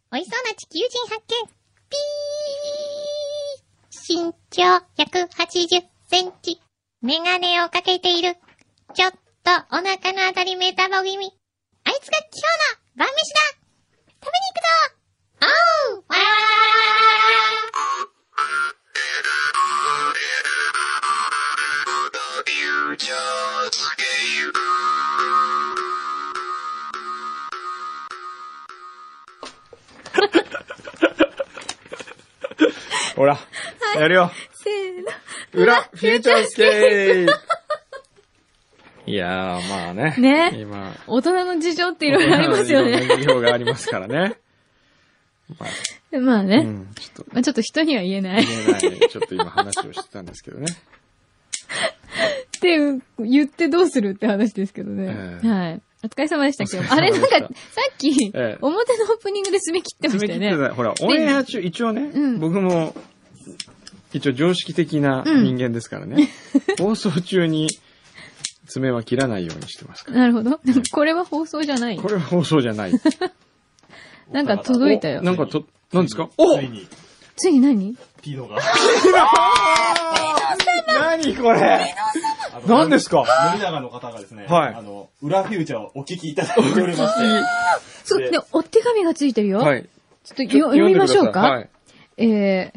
球人発見ピー身長180センチ。メガネをかけている。ちょっとお腹のあたりメタボ気味。あいつが今日の晩飯だ食べに行くぞおうわーほら、やる よ。せーの。裏、フューチャースケー プいやー、まあね。ね今、大人の事情っていろいろありますよいろんなね。事情がありますからね。まあ、 まあうね。ん、ちょっとまあちょっと人には言えない。っ言えない、ちょっと今話をしてたんですけど ね。て言ってどうするって話ですけどね。ええはい。お疲れ様でした、今日も。お疲あれれ様なんでしかた、さっき、ええ表のオープニングで締め切ってましたよね。たほら、オンエア中、一応ね、うん僕も、一応常識的な人間ですから ね。放送中に、爪は切らないようにしてますから。なるほど。これは放送じゃないこ。れは放送じゃない。なんか届いたよお。なんかと、なんですかおおついに、ついに何ピーノが、何これあの何ですか森永の方がですね、はいあの、裏フューチャーをお聞きいただいておりまして、そう、でで、お手紙がついてるよ。はい。ちょっとよ読みましょうか。はい。えー、え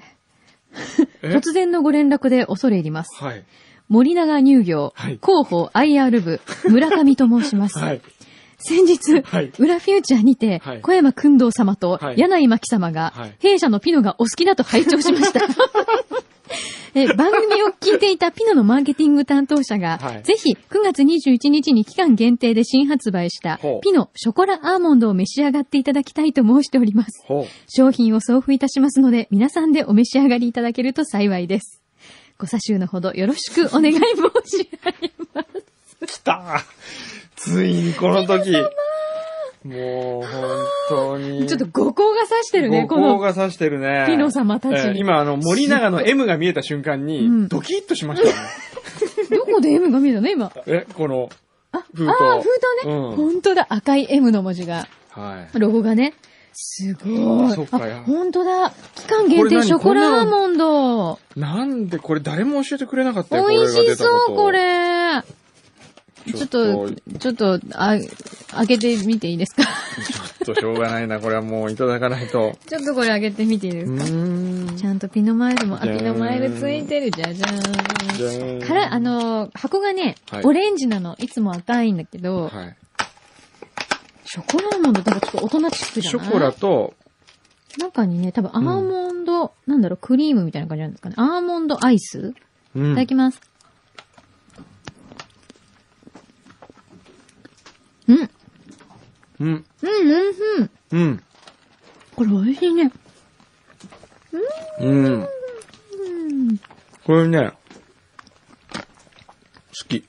突然のご連絡で恐れ入ります。はい。森永乳業、はい広報 IR 部、村上と申しま す。はい。先日、はい裏フューチャーにて、はい小山君堂様とはい柳井真紀様が、はい弊社のピノがお好きだと拝聴しま した。え番組を聞いていたピノのマーケティング担当者が、はいぜひ9月21日に期間限定で新発売したほうピノショコラアーモンドを召し上がっていただきたいと申しております。ほう。商品を送付いたしますので、皆さんでお召し上がりいただけると幸いです。ご差しのほどよろしくお願い申し上げます。来たついにこの時。もう、本当に。ちょっと五光が差してるね、五こ光の。が指してるね。ピノ様たちにええ今、あの、森永の M が見えた瞬間うに、んドキッとしましたね。どこで M が見えたの今。え、この、封筒。ああ、封筒ね。うん本当だ、赤い M の文字が。はい。ロゴがね。すごあいそっ。かあ、本当だ。期間限定ショコラアーモンド。なんで、これ誰も教えてくれなかったよ、美味これが出したこそとう、こ。れ。ちょっちょとっ、ちょっと、あ、開けてみていい ですかとしょうがないな、これはもういただかないと。ちょっとこれ開けてみていいですうかーん。ちゃんとピノマイルも、あ、じゃーんピノマイルついてる、じゃじゃーん。ゃから、あ、の、箱がね、はいオレンジなの。いつも赤いんだけど、はい。ショコラアーモンドとかちょっと大人チックじゃシないョコラと、中にね、多分アーモンド、なんだろう、クリームみたいな感じなんですかね。アーモンドアイス、うんいただきます。うん、うん、うん。うん、うん。うん。これ美味しいね。うん。うん。これね、好き。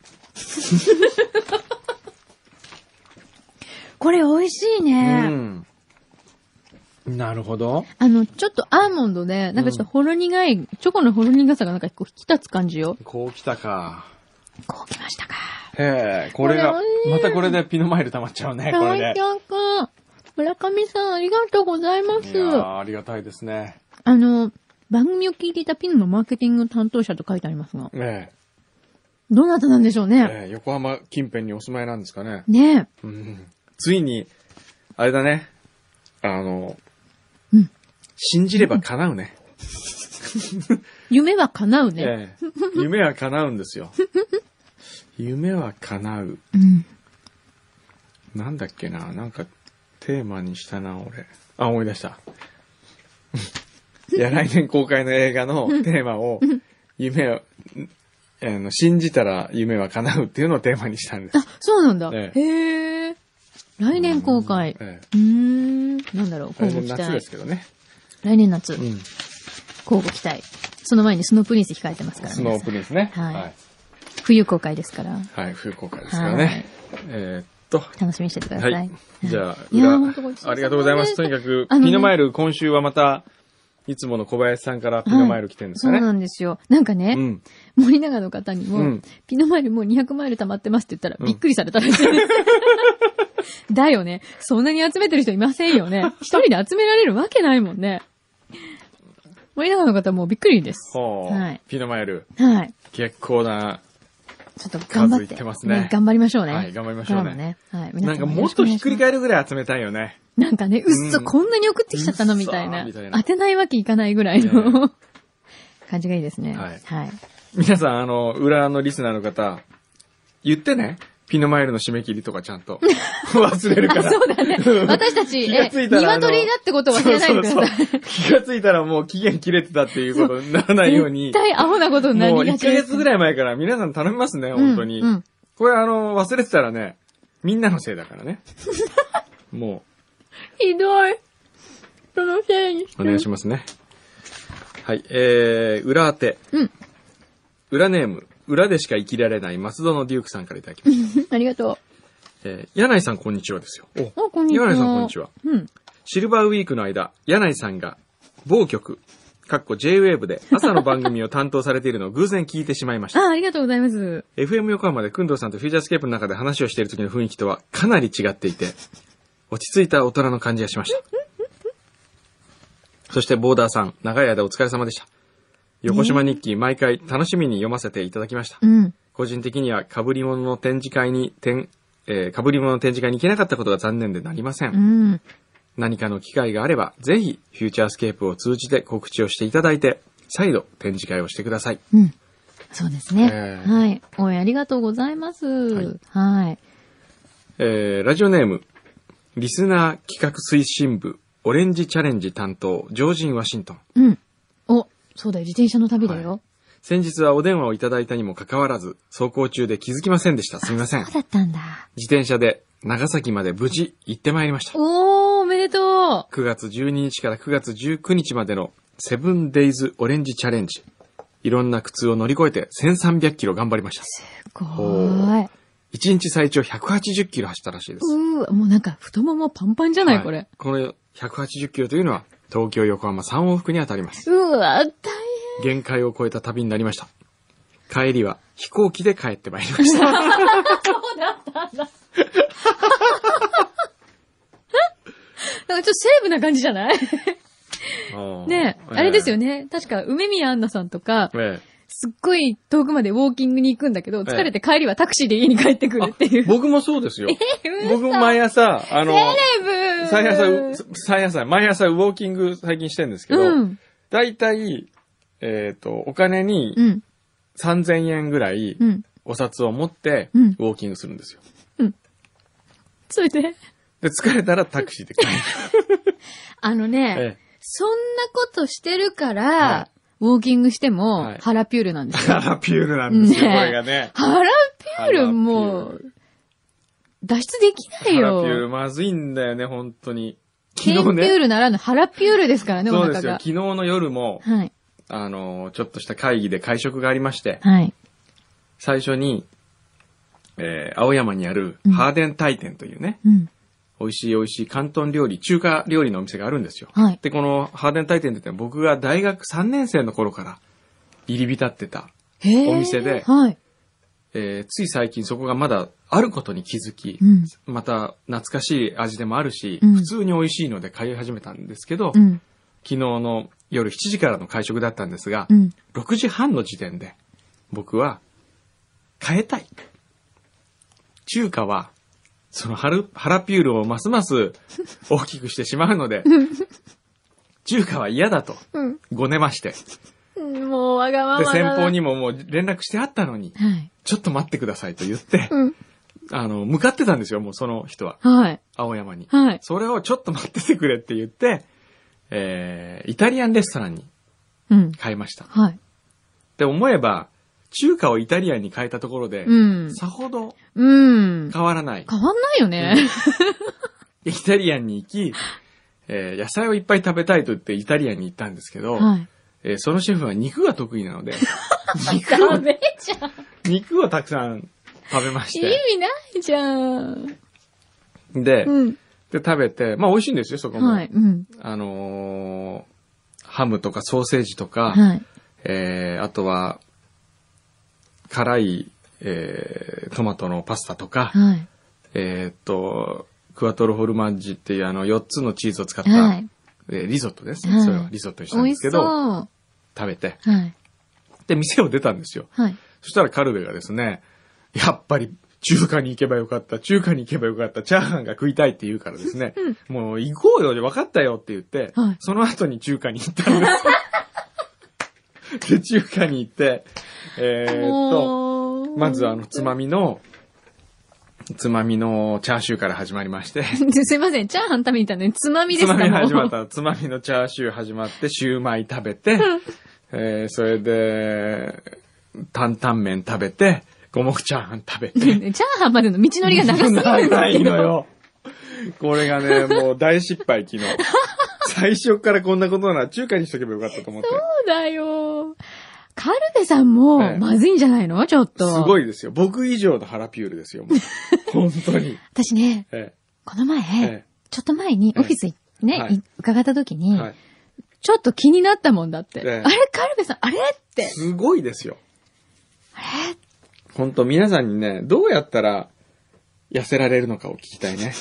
これ美味しいうね。ん。なるほど。あの、ちょっとアーモンドで、なんかちょっとほろ苦い、チョコのほろ苦さがなんかこう引き立つ感じよ。こう来たか。こうきましたか。へえ、これがこれ美味し、いまたこれでピノマイル溜まっちゃうね、これで。大くん、村上さんありがとうございまいす。やーありがたいですね。あの、番組を聞いていたピンのマーケティング担当者と書いてありますが、えどなたなんでしょうえね。ええ横浜近辺にお住まいなんですかね。ねうんついに、あれだね。あの、うん信じれば叶うね。え。夢は叶うね。ええ夢は叶うんです よ。夢は叶う。うん。なんだっけな、なんかテーマにしたな、俺。あ、思い出 した。いや、来年公開の映画のテーマ を、夢を、んあの、信じたら夢は叶うっていうのをテーマにしたんです。あ、そうなんだ。ええへえ。来年公開。うええーん。なんだろう、来今後年期夏で待す。けどね。来年夏う。ん。交互期待。その前にスノープリンス控えてますからスノーね。プリンスね。はいはい。冬公開ですから。はい冬公開ですからね。えーっと。楽しみにしててください。はい。じゃあ、いやー裏ほんとごちそうさまでしたありがとうございます。とにかく、あのねピノマイル、今週はまた、いつもの小林さんからピノマイル来てるんですそうかね。なんですよ。なんかね、うん。森永の方にも、うんピノマイルもう200マイル溜まってますって言ったら、うんびっくりされたらしいです。 だよね。そんなに集めてる人いませんよね。一人で集められるわけないもんね。森永の方もうびっくりです。ほう、はいピノマイル。はい。結構な、ちょっと頑張っ。数いっててますね頑張りましょうね。はい頑張りましょうねこれからもね。はい。な皆んさかもんよっろしくおと願ひいっしますくり返るぐらい集めたいよね。なんかね、うっそ、うんこんなに送ってきちゃったのうっそみたいな。みたいな当てないわけいかないぐらいの、感じがいいですね。はいはい。皆さん、あの、裏のリスナーの方、言ってね。ピノマイルの締め切りとかちゃんと。 忘れるかあ、ら。そうだね。私 たち、気がえ、ついたらあの鶏だってことを忘れないでください。そうそうそう気がついたらもう期限切れてたっていうことにならないように絶。対アホなことになりもうが1ちヶです。月ぐらい前から皆さん頼みますね、本当に。うんうんこれあの、忘れてたらね、みんなのせいだからね。もひどい。そのせいに。う、お願いしますね。はい、えー、裏当て。うん裏ネーム、裏でしか生きられない松戸のデュークさんからいただきました。ありがとえー、柳井さんこんにちはですよ。おう。あ、こんにちは。柳井さんこんにちは。うん。シルバーウィークの間、柳井さんが某局、かっこ JWAVE で朝の番組を担当されているのを偶然聞いてしまいました。あ、ありがとうございます。 FM 横浜で工藤さんとフューチャースケープの中で話をしている時の雰囲気とはかなり違っていて、落ち着いた大人の感じがしました。そしてボーダーさん、長い間お疲れ様でした。横島日記、毎回楽しみに読ませていただきましたう。ん。個人的には被り物の展示会に、てんえー被り物の展示会に行けなかったことが残念でなりませんう。ん。何かの機会があれば、ぜひ、フューチャースケープを通じて告知をしていただいて、再度展示会をしてください。うん。そうですね。えーはい。応援ありがとうございます。いはい。えー、ラジオネーム、リスナー企画推進部、オレンジチャレンジ担当、ジョージン・ワシントン。うん。お、そうだよ。自転車の旅だよ。はい先日はお電話をいただいたにもかかわらず、走行中で気づきませんでした。すみませんそう。だったんだ。自転車で長崎まで無事行ってまいりました。おー、おめでと9月12日から9月19日までのセブンデイズオレンジチャレンジ。いろんな苦痛を乗り越えて1300キロ頑張りました。う。すごーい。 1日最長180キロ走ったらしいです。うーわもうなんか太ももパンパンじゃない、これ。この180キロというのは、東京、横浜3往復に当たります。うわ、大変。限界を超えた旅になりました。帰りは飛行機で帰ってまいりま した。そうだったんだ。なんかちょっとセーブな感じじゃないねえ、あれですよね。ね。確か、梅宮アンナさんとか、えすっごい遠くまでウォーキングに行くんだけど、疲れて帰りはタクシーで家に帰ってくえるっていう。あ僕もそうですよ。僕も毎朝、あの、セーブ毎朝、毎朝、毎朝ウォーキング最近してるんですけど、うん。だいたい、えっ、と、お金にうん。 3000円ぐらいうん。お札を持って、ウうんォーキングするんですよ。それで、で、疲れたらタクシーで 帰る。あのね、ええそんなことしてるから、はウォーキングしても、はいハラピュールなんで すよ。ハラピュールなんですよ、ねえこれがね。ハラピュールもハラピューう、脱出できないハラピュールよ。まずいんだよね、本当に。ケンピュ昨日ーね。ルならぬハラピュールですからね、おそうで腹すよ。が昨。日の夜も、はい。あの、ちょっとした会議で会食がありまして、はい。最初に、えー、青山にあるうん、ハーデン大店というね、うん。美味しい美味しい広東料理、中華料理のお店があるんですよ。はいで、このハーデン大店ってのは僕が大学3年生の頃から入り浸ってた、へーお店ではい。えー、つい最近そこがまだあることに気づき、うん。また懐かしい味でもあるし、うん普通に美味しいので通い始めたんですけど、うん。昨日の夜7時からの会食だったんですがう、ん。 6時半の時点で僕は変えたい。中華は、そのハル、ハラピュールをますます大きくしてしまうの で、中華は嫌だと、うんごねまして。うん。もうわがまで、まだ先な。方にももう連絡してあったのに、はい。ちょっと待ってくださいと言って、うん。あの、向かってたんですよ、もうその人は。はい。青山に。はい。それをちょっと待っててくれって言って、えー、イタリアンレストランにうん。変えました。はい。で、思えば、中華をイタリアンに変えたところで、うん。さほどうん。変わらない。変わんないよね。イタリアンに行き、えー野菜をいっぱい食べたいと言ってイタリアンに行ったんですけど、はい。えーそのシェフは肉が得意なの で、ダメじゃん。肉をたくさん食べまし意て、味ないじゃん。で、で、うん。食べて、まあ美味しいんですよ、そこも。はい。うん。あのーハムとかソーセージとか、はい。えーあとは、辛い、えートマトのパスタとか、はい。えーっと、クワトロフォルマッジっていうあの4つのチーズを使った、はい。えーリゾットです。はいそれはリゾットにし美たんで味すしけそう。ど、は食べて。い。で、店を出たんですよ。はい。そしたらカルベがですね、やっぱり中華に行けばよかった、中華に行けばよかった、チャーハンが食いたいって言うからですね、もう行こうよ、分かったよって言って、はいその後に中華に行ったんです。で、中華に行って、えーっと、もうまずあの、つまみの、つまみのチャーシューから始まりまして、すいません、チャーハン食べに行ったのに、つまみでつすかまみ始まっもた。つまみのチャーシュー始まって、シューマイ食べて、えー、それで、担々麺食べて、五目チャーハン食べうて。 チャーハンまでの道のりが長すぎるんですけ ど。長いのよ。これがね、もう大失敗昨日。最初からこんなことなら中華にしとけばよかったと思って。そうだよ。カルベさんも、ええまずいんじゃないのちょっと。すごい。いですよ。僕以上の腹ピュールですよ。もう本当に。私ね、えこの前、えちょっと前にオフィスいね、はいい伺った時に、えはい、ちょっと気になったもんだって。ええあれ、カルベさん、あれって。すごいですよ。本当皆さんにね、どうやったら痩せられるのかを聞きたいね。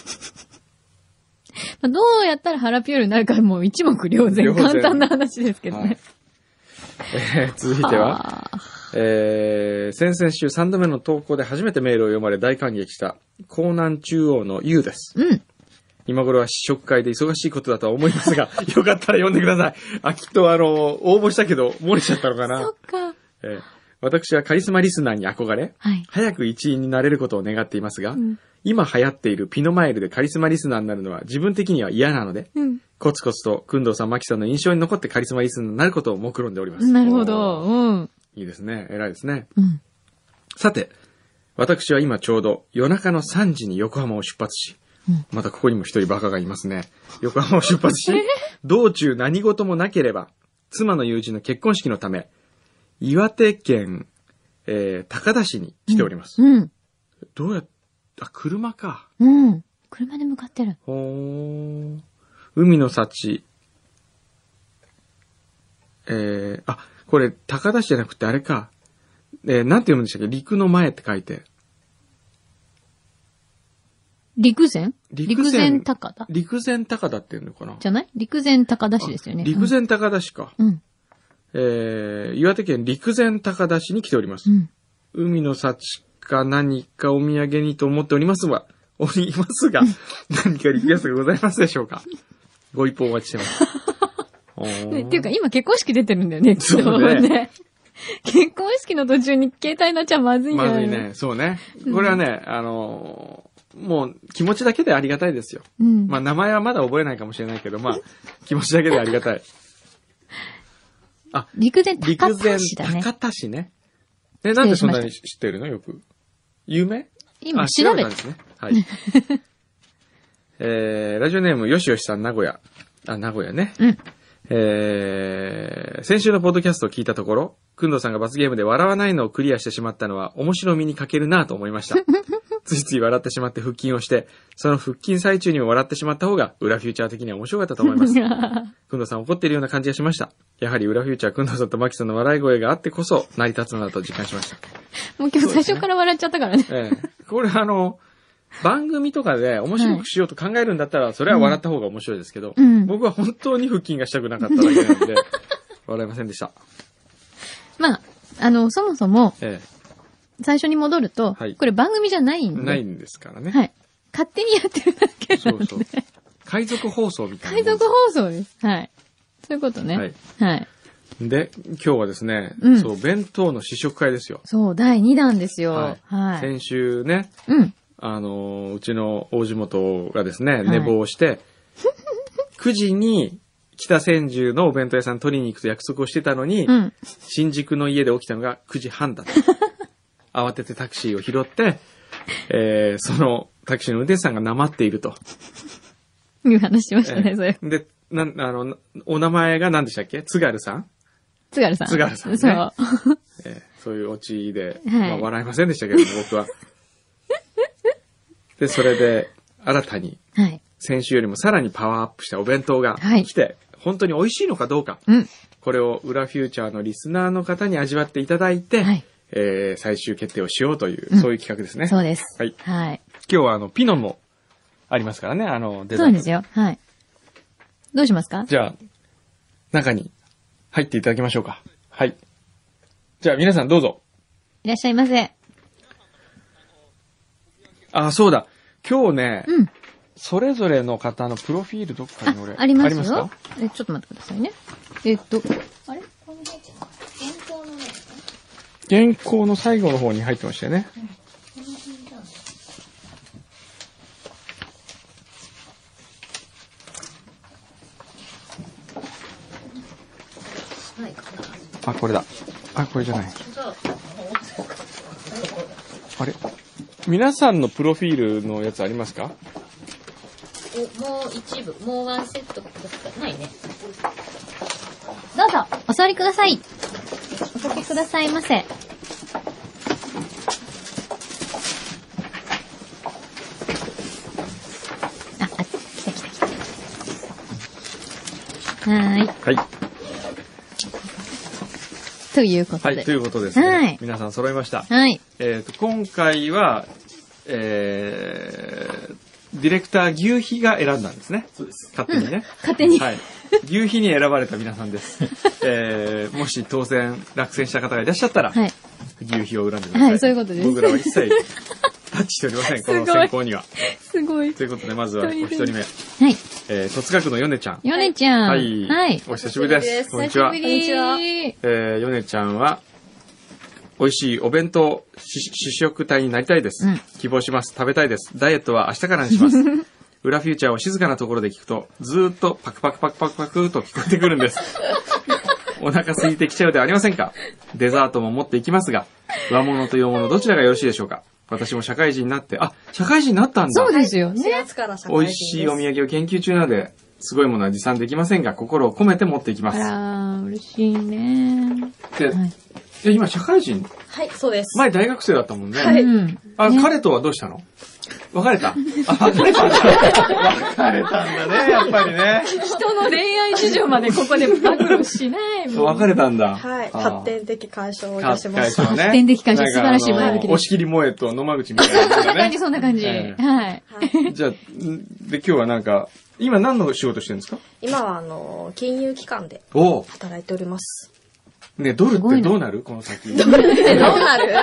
どうやったら腹ピュールになるかもう一目瞭瞭然。然簡単な話ですけどね。はいえー続いては、あーえー先々週3度目の投稿で初めてメールを読まれ大感激した、江南中央の U です。うん。今頃は試食会で忙しいことだとは思います が、よかったら読んでください。あ、きっとあの、応募したけど、漏れちゃったのかそなっ。か。えー私はカリスマリスナーに憧れ、はい。早く一員になれることを願っていますが、うん。今流行っているピノマイルでカリスマリスナーになるのは自分的には嫌なので、うん。コツコツと、くんどうさん、まきさんの印象に残ってカリスマリスナーになることを目論んでおります。なるほど。うん。いいですね。偉いですね。うん。さて、私は今ちょうど夜中の3時に横浜を出発し、うんまたここにも一人バカがいますね。横浜を出発 し、道中何事もなければ、妻の友人の結婚式のため、岩手県、えー、高田市に来ております。うん。どうやっ、あ、車か。うん。車で向かってる。ほーん。海の幸。えー、あ、これ、高田市じゃなくてあれか。えー、なんて読むんでしたっけ陸の前って書いて。陸前陸前陸前高田陸前高田って言うのかなじゃない陸前高田市ですよね。陸前高田市か。うん。えー、岩手県陸前高田市に来ておりますう。ん。海の幸か何かお土産にと思っておりますが、 おります が、何かリクエストがございますでしょうかご一報お待ちして ます。おうん。ーっていうか、今結婚式出てるんだよね、きっそとうねね。 結婚式の途中に携帯になっちゃまずいんじゃまずないいの。ね。そうね。これはね、あのーもう気持ちだけでありがたいですよ。うん。まあ名前はまだ覚えないかもしれないけど、 まあ気持ちだけでありがたい。陸前高陸前田市だね。高田市ね。え、なんでそんなに知ってるのよく。有名今あ調べたんてで。すね。はい。 えー、ラジオネーム、よしよしさん、名古屋。あ、名古屋ね。うんえー、先週のポッドキャストを聞いたところ、くんどうさんが罰ゲームで笑わないのをクリアしてしまったのは面白みに欠けるなぁと思いました。 ついつい笑ってしまって腹筋をして、その腹筋最中にも笑ってしまった方が、裏フューチャー的には面白かったと思い ます。くんどうさん怒っているような感じがしました。やはり裏フューチャーくんどうさんとマキさんの笑い声があってこそ成り立つのだと実感しました。もう今日最初から笑っちゃったからね。ええ。これあの、番組とかで面白くしようと考えるんだったら、それは笑った方が面白いですけど、うん僕は本当に腹筋がしたくなかっただけなん で、笑いませんでした。まあ、あの、そもそも、え最初に戻ると、はいこれ番組じゃないえ。んで。ないんですからね。はい。勝手にやってるだけそなんうで。そう。海賊放送みたいなも海んです。賊放送です。はい。そういうことね。ははいい。で、今日はですね、うんそう、弁当の試食会ですよ。そう、第2弾ですよ。ははいい。先週ね、うん。あのー、うちの大地元がですね、い寝坊して、9時に北千住のお弁当屋さん取りに行くと約束をしてたのに、うん。新宿の家で起きたのが9時半 だった。慌ててタクシーを拾って、えー、そのタクシーの運転手さんがなまっていると。いう話しましたね、えーそれ。で、なん、あの、お名前が何でしたっけ津軽さん、津軽さん。津軽さんねそう。えーそういうオチで、はいまあ、笑いませんでしたけど、僕 は。で、それで、新たに、はい。先週よりもさらにパワーアップしたお弁当がはい来て、本当に美味しいのかどうか、うん。これを裏フューチャーのリスナーの方に味わっていただいて、はいえー最終決定をしようという、うんそういう企画ですね。そうです。はいはい。今日はあの、ピノのありますからね、あの、デそザうなイんン。ですよ。はい。どうしますかじゃあ、中に入っていただきましょうか。はい。じゃあ皆さんどうぞ。いらっしゃいませ。あ、そうだ。今日ね、うん。それぞれの方のプロフィールどっかあに俺、、ありまありますすよか。え、ちょっと待ってくださいね。えっと、あれ原稿の最後の方に入ってましたよね。あ、これだ。あ、これじゃない。あれ皆さんのプロフィールのやつありますかお、もう一部、もうワンセットください。ないね。どうぞ、お座りください。おかけくださいませ。あ、あ、来た来た来た。はーい。はい。ということはで。い、ということですね。はい皆さん揃いました。はい。えっ、と、今回は、えー、ディレクター牛皮が選んだんですね。そうです。勝手にね。勝手に。はい。牛皮に選ばれた皆さんです。えー、もし当選、落選した方がいらっしゃったら、はい。牛皮を選んでください。はいそういうことです僕らは一切タッチしておりません、この すご選い考には。すごい。ということで、まずはお一人目、はい。えー、戸塚区のヨネちゃん。ヨネちゃん。はい。はい。お久しぶりです。こんにちは。こんにちは。えー、ヨネちゃんは、美味しいお弁当、し試食体になりたいです、うん希望します。食べたいです。ダイエットは明日からに します。裏フューチャーを静かなところで聞くと、ずーっとパクパクパクパクパクと聞こえてくるんです。お腹空いてきちゃうではありませんかデザートも持っていきますが、和物と洋物どちらがよろしいでしょうか私も社会人になって、あ、社会人になったんだ。そうですよ4ね。月から社会人美で味すしいお土産を研究中なので、すごいものは持参できませんが、心を込めて持っていきまあす。らー、嬉しいね。ではいで今社会人はい、そうです。前大学生だったもんね。はいうん。あ、ね彼とはどうしたの別れ たあ、別れたんだ。別れたんだね、やっぱりね。人の恋愛事情までここで暴露しないもん。別れたんだ。はい、あー発展的解消をいかたしました。会社をね発展的会社なんか素晴らしい前向きですあの押し切り萌えと野間口みたいな、ね。そんな感じ、そんな感じ。ええはい。はい、 じゃあ、んで、今日はなんか、今何の仕事してるんですか今は、あの、金融機関でお働いております。ね、ドルっすごていなどうなるこの先。え、どうなる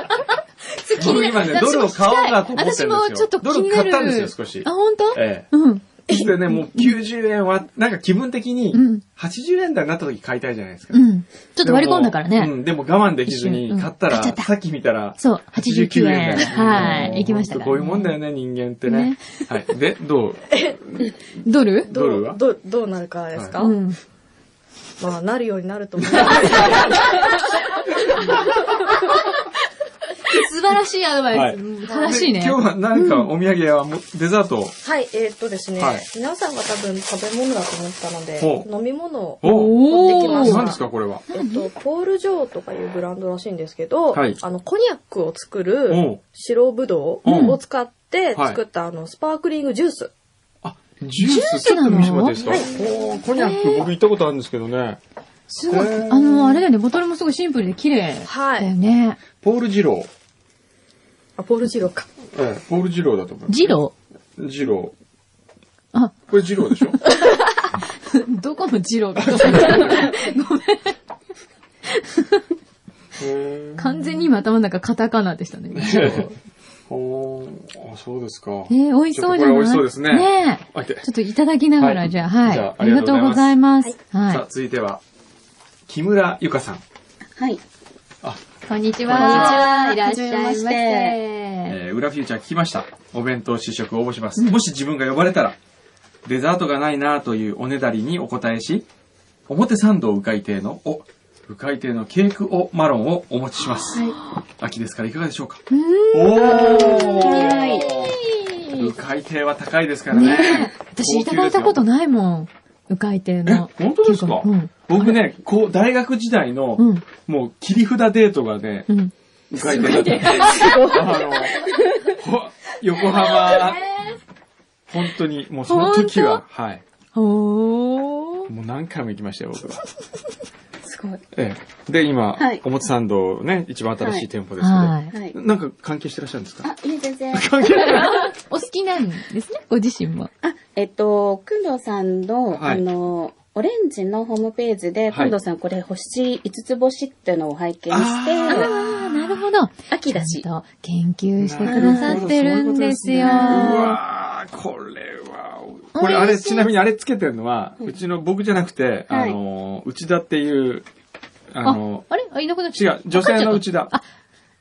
僕今ね、ドルを買おうかと思ってるんです私よ。もちょっと気になドル買っる。たんですよ、少しあ、。本当？ええ。うん。でね、もう90円は、なんか気分的にうん、 80円台になった時買いたいじゃないですか。うん。ちょっと割り込んだからうね。ん、でも我慢できずにうん買ったら、買っちゃったさっき見たら、そう、89円。だよはい。行きましたほんかとこういうら。もんだよね、人間ってね。はい。で、ど うドルドルはどう、どうなるかですか、うん。まあ、なるようになると 思います。素晴らしいアドバイス。は正しいねで。今日はなんかお土産はもうデザートを。はい、えーっとですね、はい皆さんが多分食べ物だと思ったのでほ、う飲み物を、お持ってきまおした何ですか、これは。えっと、ポール・ジョーとかいうブランドらしいんですけど、はいあの、コニャックを作おうる白ぶどうを使ってうん作った、あの、スパークリングジュース。あ、ジュース、ジュースちょっなとの見せてもらっていいですかおーコニャック、僕行ったことあるんですけどね。すごい。ええあの、あれだよね、ボトルもすごいシンプルで綺麗。はいだよね。ポール二郎。あ、ポール・ジローか。ええ、ポール二郎だと思いますジロ二郎。あ、これ二郎でし ょどこのジロがへー完全に今頭の中カタカナでしたね。 おーあ、そうですか。えー、美味しそうじゃなちょっとこれい美味しそうですねねえあいてちょっといただきながら、はいじゃあ、はいじゃあありがとうございます。はい。さあ、続いては、木村ゆかさん。はい。こんにちは。こんにちはいらっしゃいまはじせ。えー、裏フューチャー聞きました。お弁当試食応募します。もし自分が呼ばれたら、デザートがないなというおねだりにお答えし、表参道うかい亭の、お、うかい亭のケークおマロンをお持ちします。秋ですからいかがでしょうかおーうかい亭は高いですからね。ねえ、私いただいたことないもん。うかい亭の。え本当ですかうん。僕ね、こう、大学時代の、うん。もう切り札デートがねう、ん。うかい亭だったんですあの、 ほ横浜、本当に、もうその時は、はい。ほー。もう何回も行きましたよ、僕は。すはい。ええ。で、今はい、表参道ね、一番新しい店舗ですはけい。はいど、。なんか関係してらっしゃるんですかあ、いえ、全然。関係ない。お好きなんですね、ご自身も。あ、えっと、くんどうさんの、はいあの、オレンジのホームページで、はいくんどうさんこれ星5つ星っていうのを拝見あして、ああ、なるほど。秋だしち。ゃんと研究してくださってるんですよ。うわーこれは、これあれ、ちなみにあれつけてるのは、うちの僕じゃなくて、あはいの、内田っていう、ああの、、あれあ、いなくなっ違ちゃっうた、女性の内田。あ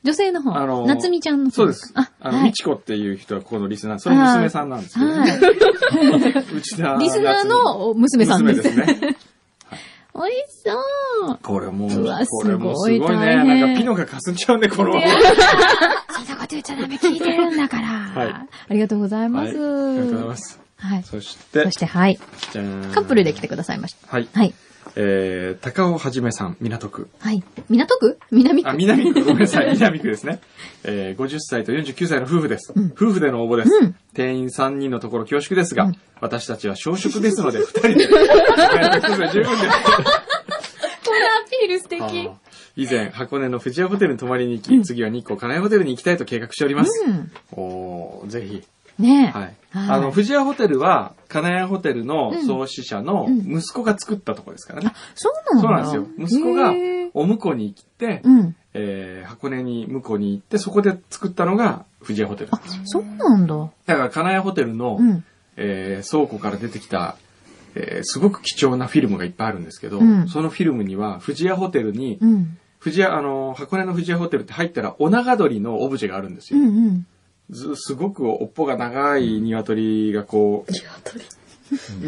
女性の方。あの夏美ちゃんの方。そうです。あ、あの、はみい。ちこっていう人はここのリスナー、それ娘さんなんですけどね、は内田。い。リスナーの娘さんです。娘ですね。美味しそう。これもう、うわこれもすごすいごいね。大変なんかピノがかすんちゃうね、この。ねそんなこと言っちゃダメ聞いてるんだ から。はいありがとうございます。はいありがとうございます。はい。そしてそ、して、はい。じゃーんカップルで来てくださいました。はい。はい。えー、高尾はじめさん、港区。はい。港区南 区あ、南区、ごめんなさい、南区ですね。えー、50歳と49歳の夫婦です。夫婦での応募です。うん定員3人のところ恐縮ですが、うん私たちは小食ですので、2人で。夫婦で十分です。アピール素あー以前、箱根の富士屋ホテルに泊まりに行き、次は日光金谷ホテルに行きたいと計画しております。うん。おー、ぜひ。ねえ。はい。はいあの、富士屋ホテルは、金谷ホテルの創始者のうん息子が作ったとこですからね。そうなんだ。そうなんですよ。息子がへえ、お婿に来て、うん。えー箱根に向こうに行って、そこで作ったのが富士屋ホテル。だあか、そうなんだ。ら、金谷ホテルの、うん。えー倉庫から出てきた、えーすごく貴重なフィルムがいっぱいあるんですけど、うんそのフィルムには、富士屋ホテルに、うん。富士屋、あの、箱根の富士屋ホテルって入ったら、お長鳥のオブジェがあるんですうんよ。うん。ずすごくおっぽが長い鶏がこう、鶏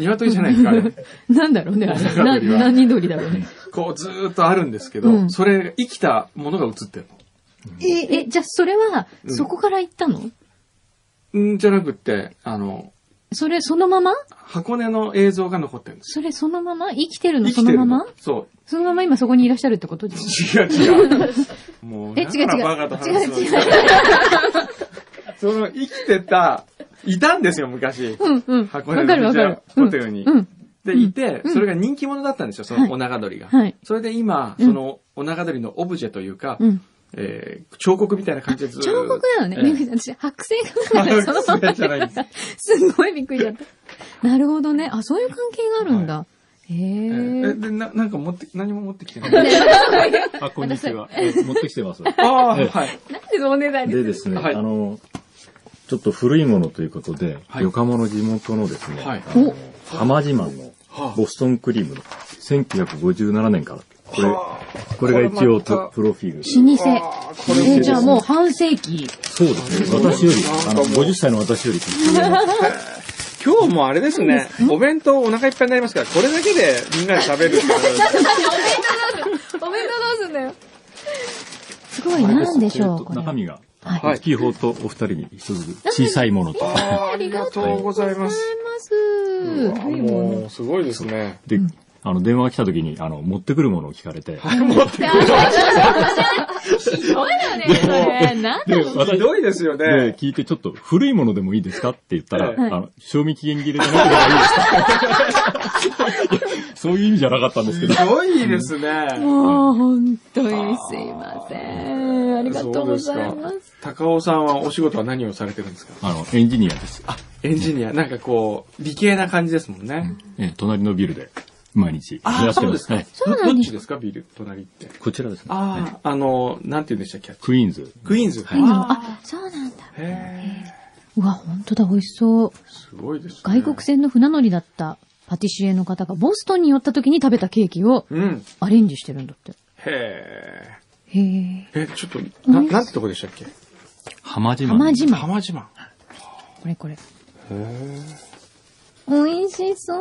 鶏じゃないですか、あれ なんだろうね、あれ。中な鳥は何人通りだろうね。こうずーっとあるんですけど、うんそれ、生きたものが映ってるの。え、じゃあそれは、うんそこから行ったのうんじゃなくって、あの、それ、そのまま箱根の映像が残ってるんです。それ、そのまま生きてるの、生そきてのるままそう。そのまま今そこにいらっしゃるってことです違う違う。もう、え、だ違うか違う。らバカと違話うすの違う。 その、生きてた、いたんですよ、昔。うんうん。わ箱か根るのわ富士か屋る。うホんテルに。うん。で、いて、うんそれが人気者だったんですよ、そはいのお長鳥が。はいそれで今、うんそのお長鳥のオブジェというか、うん。えー彫刻みたいな感じでずーっと彫刻なのね。えなえんか 私、白線がない。そのま 白ま線じゃないんですごいびっくりだった。なるほどね。あ、そういう関係があるんだ。へええ。で、な、なんか持って、何も持ってきてない。 あ、こんにちは。え持ってきてます。ああ、はい。なんでそうおねだりでですね、はいあの、ちょっと古いものということで、はい横浜の地元のですね、はいあの浜自慢のはあボストンクリームの1957年から、これ、これが一応トッププロフィール。老舗。あーこれえー、じゃあもう半世紀。そうですね、私より、あの、50歳の私より年上の、今日もあれですね、お弁当お腹いっぱいになりますから、これだけでみんなで食べるってことですねおめでとうどうすんだよ。すごい、なんでしょう、これ。中身が、はいはい大きい方とお二人に一つずつ小さいものと。あーありがとうございます。ありがとうございます。もう、すごいですね。で、あの、電話が来た時に、あの、持ってくるものを聞かれて、持ってくる。ひどいよね、それ。なんで、ひ私、どいですよねで、。聞いて、ちょっと古いものでもいいですかって言ったら、ええあの、賞味期限切れじゃなくてもいいですかいや そういう意味じゃなかったんですけどひ、どいですね。もう、本当にすいません。ありがとうございまそうす。高尾さんはお仕事は何をされてるんですかあの、エンジニアです。エンジニア、なんかこう、理系な感じですもんね。ええ隣のビルで、毎日あーやってそうま。ですすかはいそうなんですどどっちですかビル、隣って。こちらですね。はいああ、あの、なんて言うんでしたっけクイーンズ。クイーンズ。いいのああ、そうなんだ。ーへえ。うわ、本当だ、美味しそう。すごいですね。外国船の船乗りだったパティシエの方がボストンに寄った時に食べたケーキをうん。アレンジしてるんだって。へへえ。え。え、ちょっと、な、なんてとこでしたっけ浜島。浜島。浜島。これこれ。へえ。美味しそう。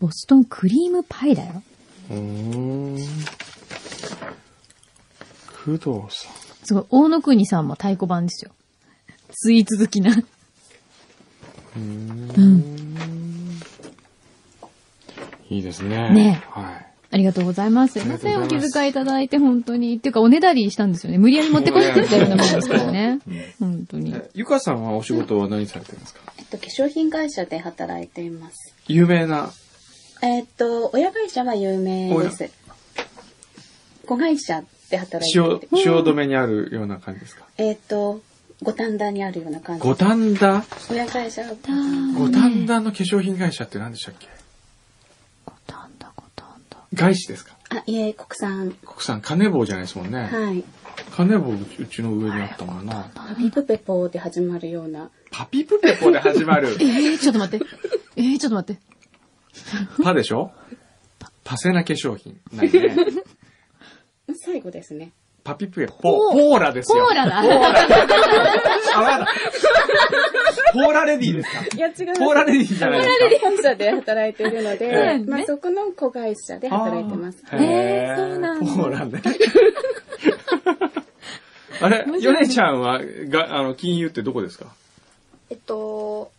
ボストンクリームパイだよ。うーん。工藤さん。すごい。大野国さんも太鼓判ですよ。スイーツ好きな。うん。いいですね。ねえはい。ありがとうございます。すいません。あおりがとうございま気す遣いいただいて本当に。っていうか、おねだりしたんですよね。無理やり持ってこいって言ったようなもんですか らね。本当に。ゆかさんはお仕事は何されてるんですかえっと、化粧品会社で働いています。有名な。えっと、親会社は有名です。子会社で働いて潮て、、潮止めにあるような感じですか。えっ、と、五反田にあるような感じ五。反田親会社五反田の化粧品会社って何でしたっけなんだことなんだ。外資ですかあ、いえ、国産。国産、金棒じゃないですもんね。はい。金棒、うちの上にあったもんな。パピプペポで始まるような。パピプペポで始まる え。ー、ちょっと待って。えー、ちょっと待って。パでしょパセナ化粧品。ないね。最後ですね。パピプペポ、ポーラですよ。コーラだ。あ、まだ。ポーラレディーですかいや、違う。ポーラレディーじゃないですか。本社で働いているのえで、えまあ、そこの子会社で働いてます。あえーそうなんだポーラね。 あれ、ヨネちゃんは、が、あの、金融ってどこですかえっと、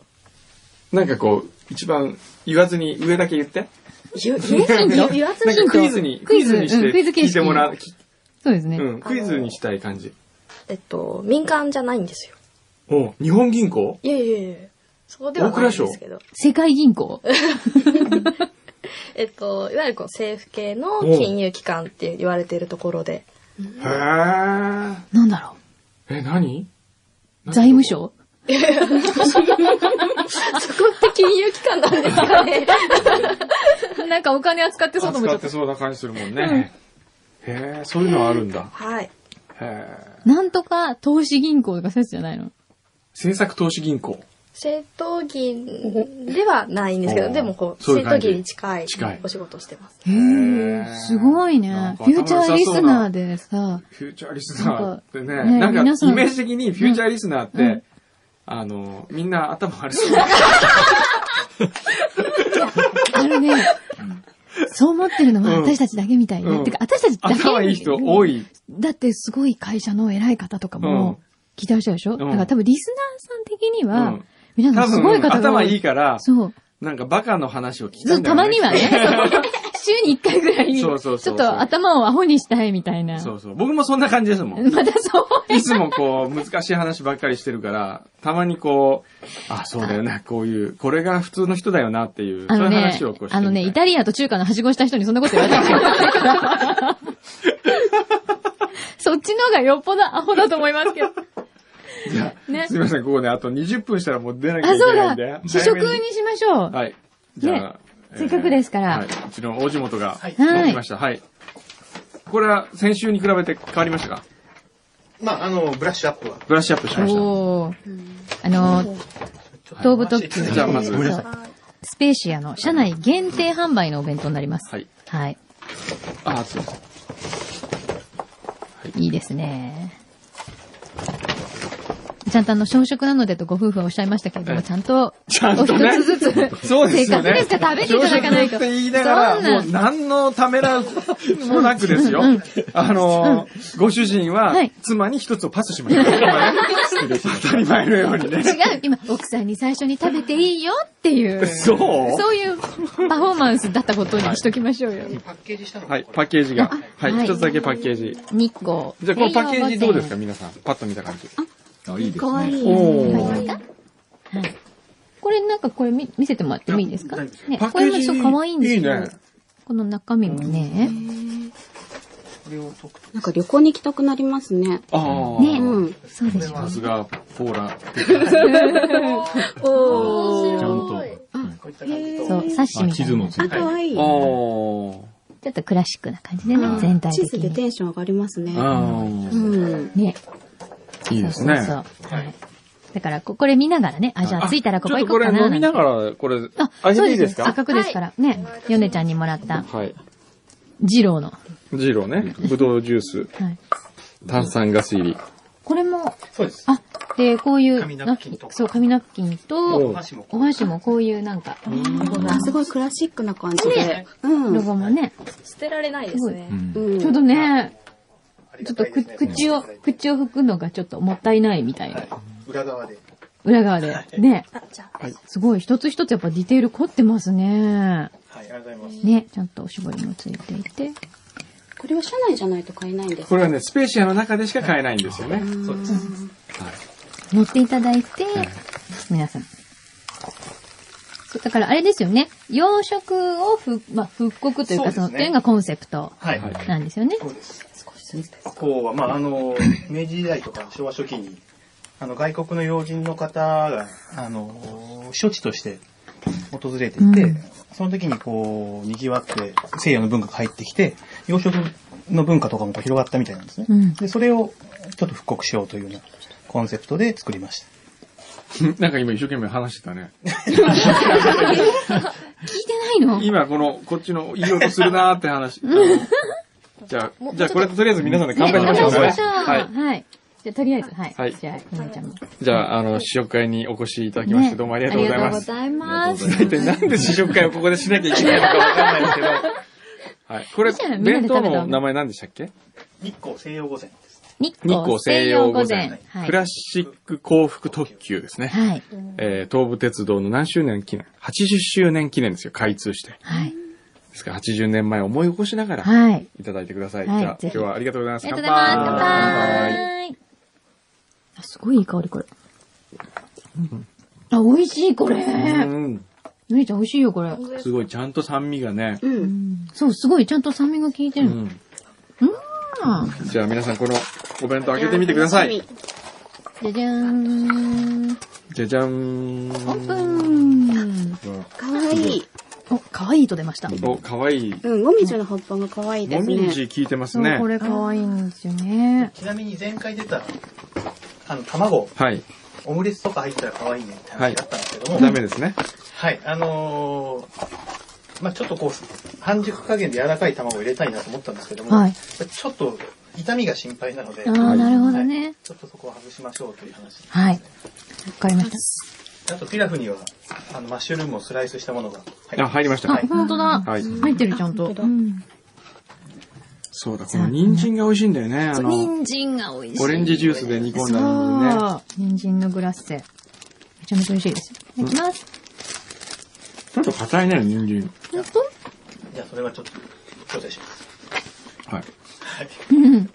なんかこう、一番言わずに上だけ言って。 ゆ、ゆ、ゆわつなんヒンかトクイズに、クイズにして、うんクイズ形式聞いてもらう。きそうですね。うん、クイズにしたい感じ。えっと、民間じゃないんですよ。お日本銀行いやいやいやそうではないんですけど。世界銀行。えっと、いわゆるこう政府系の金融機関って言われているところで。へー。なんだろえ、何う。財務省 そこって金融機関なんですかね。なんかお金扱ってそうと思っ扱ちゃっったて。そうな感じするもんね。へー、そういうのあるんだ。 はい。へー。なんとか投資銀行とかそういうやつじゃないの政策投資銀行。政党銀ではないんですけおど、ーでもこう、そういう感政党じ議に近い近いお仕事をしてます。へーすごいなんね。かフューチャーリスナーでさ、フューチャーリスナーってね、なんかねなんか、皆さんイメージ的にフューチャーリスナーって、うんうんあの、みんな頭悪 そう。あれね、そう思ってるのはうん私たちだけみたいね。うんてか、私たちだけ。頭いい人多い。だって、すごい会社の偉い方とかも、聞いてらっしゃるでしょ、んだから多分、リスナーさん的には、うん皆さ多んすごい分、方が多頭いいから、そう。なんかバカの話を聞いそたうんだよたね。まにはね、 そう週に一回ぐらい、ちそょうっそうそうそうと頭をアホにしたいみたいな。そうそう。僕もそんな感じですもん。 またそう。いつもこう、難しい話ばっかりしてるから、たまにこう、あ、そうだよな、こういう、これが普通の人だよなっていう、あそういのうね話をこうし、てあのね、イみたいタリアと中華のはしごした人にそんなこと言われた らそっちの方がよっぽどアホだと思いますけど。いやねすいません、ここね、あと20分したらもう出なきゃあ、いそうけないだんで。。試食早めにしましょう。はい。じゃあ、ねせっかくですからはい。うちの大地元が、はいきました。はい。これは先週に比べて変わりましたかまあ、あの、ブラッシュアップは。ブラッシュアップしました。おーあの、東部特急。じゃあまずそうごめんなさスペーシアの社内限定販売のお弁当になります。はい。はい。あ、そうです。いいですね。ちゃんとあの、小食なのでとご夫婦はおっしゃいましたけれどはも、いちゃんと、ちゃんとおね一つずつ、そうですよせね。っかくですから食べていただかない朝と食って言いながら、そんなもう何のためらうこともなくですよ。あのー、ご主人ははい、妻に一つをパスしました。今ね当たり前のようにね。違う、今、奥さんに最初に食べていいよっていう。そうそういうパフォーマンスだったことにしときましょうよ。パッケージしたのはい、パッケージが。は、はいい一つだけパッケージ。日光。じゃあ、このパッケージどうですかか皆さん。パッと見た感じ。あ、いいですわいね。い。おーわかりますかはいこれなんかこれ見見せてもらってもいいですか大丈夫ですね、パッこケれーもジそう可愛いんですけどいいねこの中身もね、これを解くと。なんか旅行に行きたくなりますね。ああ。ねうん。そうでしょさすが、ポーラ。おちゃんー。と。こういった感じと。そう、サッシあ、みた地い図なの。ついてる。わいいおちょっとクラシックな感じでね、全体地的図でに。テンション上がりますね。ー。うん。ね。いいですね。そうそうそう。はい。だから、ここれ見ながらね、あ、じゃあ着いたらここ行こうかな。ちょっとこれ飲みながら。ら、これ、ああ、げそうていでいすですせっかかくですから。ね。ヨネちゃんにもらった、はい。ジローの。ジーロね。ぶどうジュース。はい。炭酸ガス入り。これも、そうです。あ、で、こういう、紙ナプキンとなそう、紙ナプキンおとお、箸もお箸もこういうなんか、あすごいクラシックな感じで。ロうん。ゴもね、捨てられないですねう。んうんちょうどね、ありちょがっとたいですくね口を、口を拭くのがちょっともったいないみたいな。裏側で。裏側で。ね。あ、じゃあ、すごい、一つ一つやっぱディテール凝ってますね。はい、ありがとうございます。ね、ちゃんとおしぼりもついていて。これは社内じゃないと買えないんですこかれはね、スペーシアの中でしか買えないんですよね。そうです。乗っていただいて、皆さん。だからあれですよね。養殖をふ、まあ、復刻というか、そそうですねの、というのがコンセプトはい。なんですよね。そうです。こうは、まあ、あの、明治時代とか昭和初期に、あの、外国の要人の方が、あの、処置として訪れていて、うんその時にこう、賑わって、西洋の文化が入ってきて、洋食の文化とかもこう広がったみたいなんですね。うんで、それをちょっと復刻しようというようなコンセプトで作りました。 なんか今一生懸命話してたね。聞いてない の今この、こっちの言いようとするなーって話。 あのじゃあ、じゃあこれととりあえず皆さんで乾杯しましょう。ね乾杯しましょうははいい。。じゃあ、とりあえず、はい。はいじゃあ、ひなちゃんも。じゃあ、あの、試食会にお越しいただきまして、どうもありがとうございます。ありがとうございます。大体なんで試食会をここでしなきゃいけないのかわかんないですけど。はい。これじゃあ、みんなで弁食べた当のの名前何でしたっけ日光西洋御膳です。日日光西洋御西洋前。はい。クラシック幸福特急ですね。はい。えー東武鉄道の何周年記念 ?80 周年記念ですよ、開通して。はい。ですから80年前を思い起こしながら、はい。いただいてください。はいじゃあ、ぜ今ひ日はありがとうございまあす。りがとうございます。乾乾杯杯。あすごいいい香り、これ。あ、美味しい、これ。うんゆりちゃん、美味しいよ、これ。すごい、ちゃんと酸味がね。うん。そう、すごい、ちゃんと酸味が効いてうるの。ん。じゃあ皆さん、このお弁当開けてみてください。じゃじゃーん。じゃじゃーん。オープン。かわいい。お、かわいいと出ました。お、かわいい。うん、もみじの葉っぱがかわいいでもすみね。じ効いてますそう、ねこ。れかわいいんですよね。ちなみに前回出た、あの、卵、はい。オムレツとか入ったら可愛いねって話だったんですけども、ダメですね。はい、あのーまあちょっとこう、半熟加減で柔らかい卵を入れたいなと思ったんですけども、はいちょっと痛みが心配なので、ああ、なるほどね。ちょっとそこは外しましょうという話。はい。わかりまし。あとピラフには、あの、マッシュルームをスライスしたものが入ってあ、入りましたあた。、ほんとだ。はい。入ってる、ちゃんと。うんそうだ、この人参が美味しいんだよね。あそうの、人参が美味しい。オレンジジュースで煮込んだのにね。そう。人参のグラッセ。めちゃめちゃ美味しいですよ。いただきます。ちょっと硬いね、人参。本当じゃあそれはちょっと、調整します。はい。うん。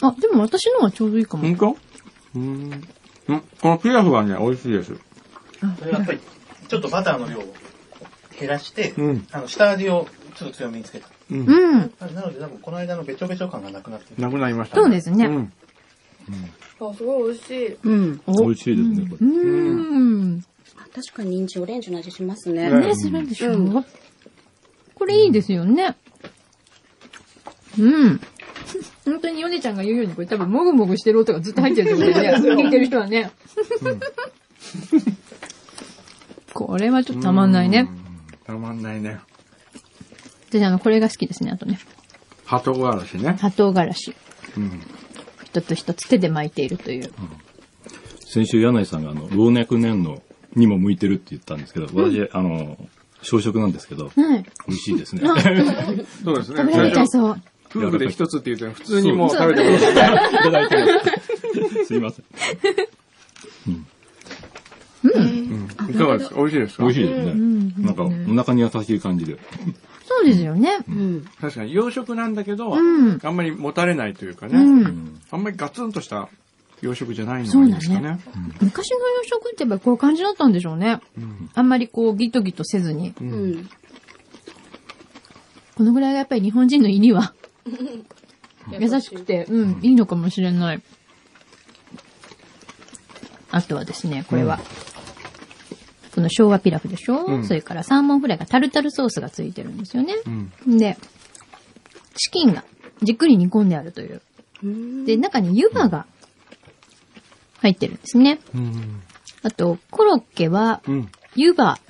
あ、でも私のはちょうどいいかも。本当うん。んこのピラフはね、美味しいです。それはやっぱり、ちょっとバターの量を減らして、うんあの、下味をちょっと強めにつけた。うん。うん。なので多分この間のべちょべちょ感がなくなってる。なくなりました、そうですねん。あ、すごい美味しい。うん。美味しいですね、こうれ。ん。ね、確かに人参オレンジの味しますね。ねするでしょ、これいいですよね。うん。本当にヨネちゃんが言うように、これ多分もぐもぐしてる音がずっと入ってると思うん だよね。聞いてる人はね。これはちょっとたまんないねう。ん。たまんないね。私、あの、これが好きですね、あとね。ハトウガラシね。砂糖辛子。うん。一つ一つ手で巻いているという。先週、柳井さんが、あの、老若年のにも向いてるって言ったんですけど、私、あの、小食なんですけど、はい。美味しいですね。そうですね。食べられちゃ最初いそう。夫婦で一つって言うと、普通にもう食べてください。いただいてます。すいません。うんいかがですか美味しいですか美味しいですね。なんか、お腹に優しい感じで。そうですよね。うん。確かに洋食なんだけど、んあんまりもたれないというかね。うん。あんまりガツンとした洋食じゃないのがいいですかね。昔の洋食ってやっぱりこういう感じだったんでしょうね。あんまりこうギトギトせずに。うん。このぐらいがやっぱり日本人の胃には優しくて、うん、いいのかもしれない。あとはですね、これは。この昭和ピラフでしょ、うんそれからサーモンフライがタルタルソースがついてるんですよね。うん。で、チキンがじっくり煮込んであるという。で、中に湯葉が入ってるんですね。うん。あと、コロッケはうん。湯葉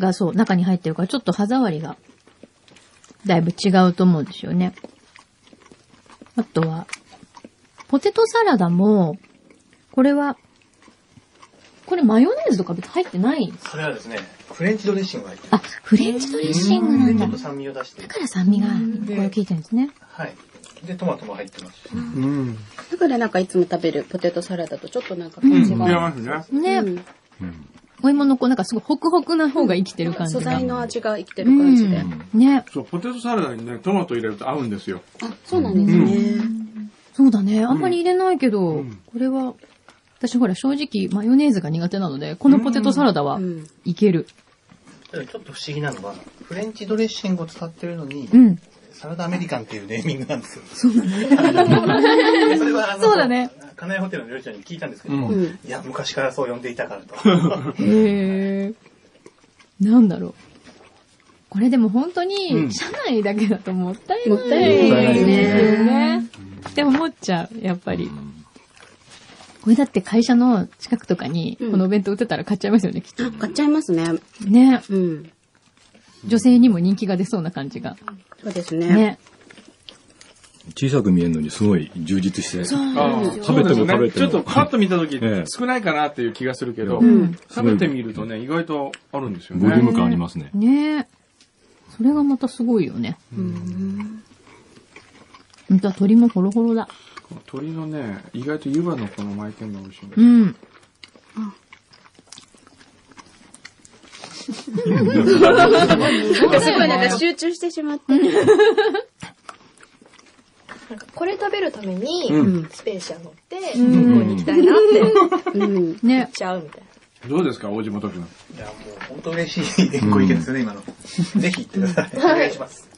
がそう、中に入ってるから、ちょっと歯触りが、だいぶ違うと思うんですよね。あとは、ポテトサラダも、これは、これマヨネーズとか別に入ってないんですそれはですね、フレンチドレッシングが入ってる。あ、フレンチドレッシングなんで、ちだ。ょっとだ酸味を出して、から酸味が、これ効いてるんですね。はい。で、トマトも入ってますし。うん。だからなんかいつも食べるポテトサラダとちょっとなんかう感ん。じ違いが。ますね。ね、うんお芋のこう、なんかすごいホクホクな方が生きてる感じ素が。材の味が生きてる感じで。うんね。そう、ポテトサラダにね、トマト入れると合うんですよ。あ、そうなんですね。そうだね。あんまり入れないけど、んこれは私ほら正直マヨネーズが苦手なので、このポテトサラダはうんいける。ちょっと不思議なのが、フレンチドレッシングを使ってるのに、うん。サラダアメリカンっていうネーミングなんですよ。そうだね。それはあのそうだね。金谷ホテルの料理長に聞いたんですけど、う。うんん。いや、昔からそう呼んでいたからと。へえ。なんだろう。これでも本当うに、ん社内だけだともったいない。もったいないでですすよねね。って思っちゃう、やっぱり。これだって会社の近くとかに、こうんのお弁当売ってたら買っちゃいますよね、きっと。買っちゃいますね。ねうん。女性にも人気が出そうな感じが。そうですね。ね。小さく見えるのにすごい充実して。あー食べても食べてちもょっとパッと見た時ええ少ないかなっていう気がするけど、ん食べてみるとね、意外とあるんですよボリューねム。感ありますね。ねそれがまたすごいよね。うん。と鳥もホロホロだ。鶏のね、意外と湯葉のこの巻いてるの美味しいんだようん。私はなんか集中してしまって。なんかこれ食べるために、スペーシア乗って、ここんに行きたいなって行っうん。ねちゃうみたいな。どうですか、大島徳君。いや、もう本当嬉しいご意見ですね、今の。ぜひ行ってください。お願いします。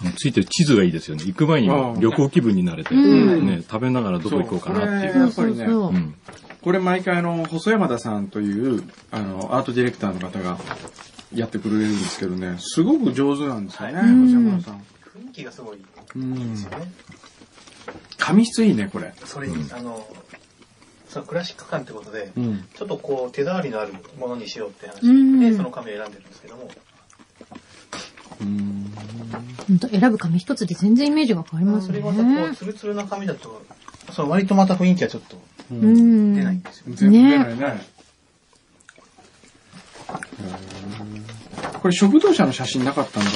あのついてる地図がいいですよね。行く前にうん旅行気分になれて、んね、食べながらどこ行こうかなってい。そうやっぱりねそうそううそんこれ毎回あの、細山田さんという、あの、アートディレクターの方がやってくれるんですけどね、すごく上手なんですよね、ん細山田さん。雰囲気がすごいうんです。よね。紙質いいね、これ。それに、あの、そのクラシック感ってことで、うん。ちょっとこう手触りのあるものにしようって話うんで、その紙を選んでるんですけども、うん。うほんと選ぶ紙一つで全然イメージが変わりますそねれ。がまたこう、ツルツルな紙だと、その割とまた雰囲気がちょっとう全ん。出ないんですよ。然出ないね。うんこれ、食堂車の写真なかったんだ。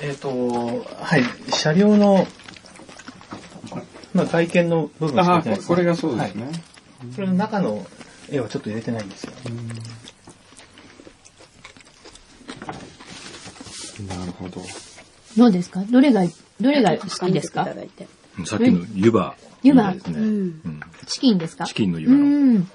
えっ、と、はい、車両の、まあ、外見の部分しかあ出ー、てないですこれがそうですね。はいそれの中の絵はちょっと入れてないんですよ。なるほど。どうですかどれが、どれが好きですいかただいて。さっきの湯葉。湯葉ですね。ううんん。チキンですかチキンの湯う葉の。ん。うん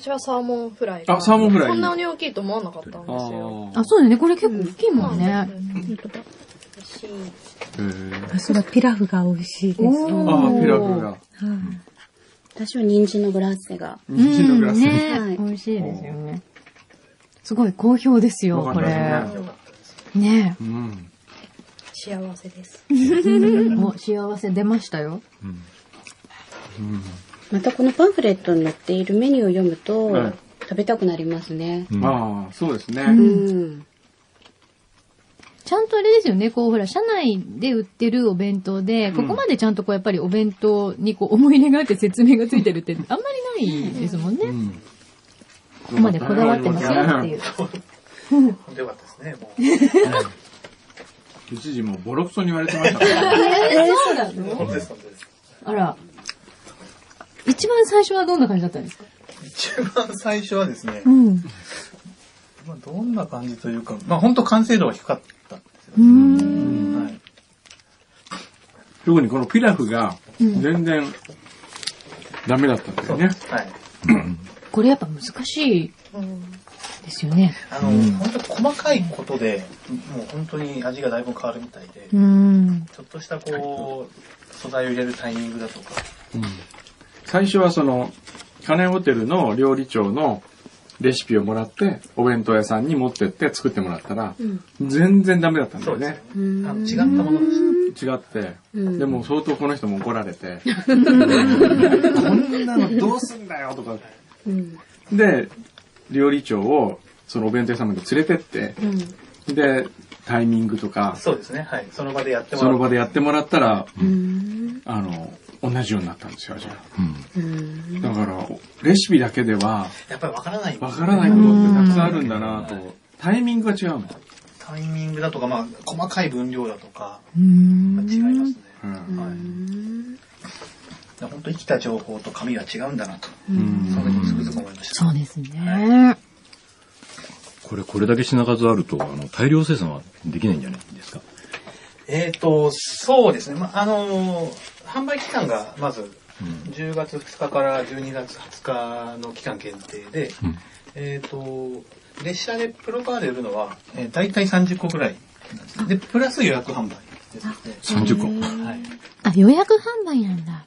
私はサーモンフライが。あ、サーモンフライ。こんなに大きいと思わなかったんですよ。ああ、ーそうだよね。これ結構大きいもんうね。ん美味しい。へーあ、そうだ、ピラフが美味しいです。おーあー、ピラフが。はい私は人参のグラッセが。人参のグラス。ねはい美味しいですよね。すごい好評ですよ、わこかんないれね。ねうん。幸せです。もう幸せ出ましたよ。またこのパンフレットに載っているメニューを読むと、はい食べたくなりますね。うんああ、そうですね。うん。ちゃんとあれですよね、こう、ほら、社内で売ってるお弁当で、ここまでちゃんとこう、やっぱりお弁当にこう、思い入れがあって説明がついてるって、あんまりないですもんね。こん。ここまでこだわってますよっていう。本当よかったですね、もう。一時もうボロクソに言われてましたからね。そうなう。の本当です、本当です。あら。一番最初はどんな感じだったんですか一番最初はですね、ん。うまあ、どんな感じというか、まあ、本当完成度が低かったんですよ。ーん。はい。特にこのピラフが全然ダメだったんだよね。はい。これやっぱ難しいですよね。あの、本当細かいことで、もう本当に味がだいぶ変わるみたいで、うーん。ちょっとしたこう、素材を入れるタイミングだとか、最初はその、金ホテルの料理長のレシピをもらって、お弁当屋さんに持ってって作ってもらったら、全然ダメだったんだよね。あの違ったものでし違って、んでも相当この人も怒られて、こんなのどうすんだよとか。うん。で、料理長をそのお弁当屋さんまで連れてって、で、タイミングとかた。、そうですね、はい。その場でやってもそらう。の場でやってもらったら、うん。あの、同じようになったんですよ、味が。うん。だから、レシピだけでは、やっぱりわからないんでわすよからないことってたくさんあるんだなと。タイミングが違うの。タイミングだとか、まあ、細かい分量だとか、うーんまあ、違いますね。うん。はい。だから本当生きた情報と紙は違うんだなと、うんその時につくづく思いました。そうですね。これ、これだけ品数あると、あの、大量生産はできないんじゃないですか。えっ、と、そうですね。まあ、あのー販売期間がまず10月2日から12月20日の期間限定で、えっ、と列車でプロカーで売るのは、えー、大体30個ぐらいなんですでプラス予約販売ですので30個はいあ、予約販売なんだ。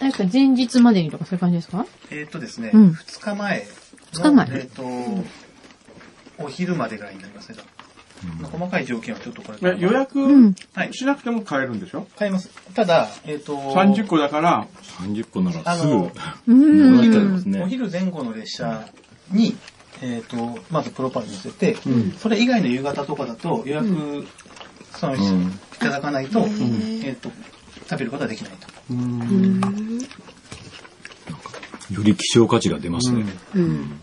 なんか前日までにとかそういう感じですかえっ、とですね、う二ん2日前二日前えっ、と、お昼までぐらいになりますね。細かい条件はちょっとこれからえ予約しなくても買えるんでしょ、買えます。ただ、えっ、と、 30個だから、 30個なあらすぐ、のも、うんらえちゃいますおね。昼前後の列車に、えっ、と、まずプロパンに乗せて、それ以外の夕方とかだと予約、その、いただかないと、えっ、と、食べることはできないと。より希少価値が出ますね。うん。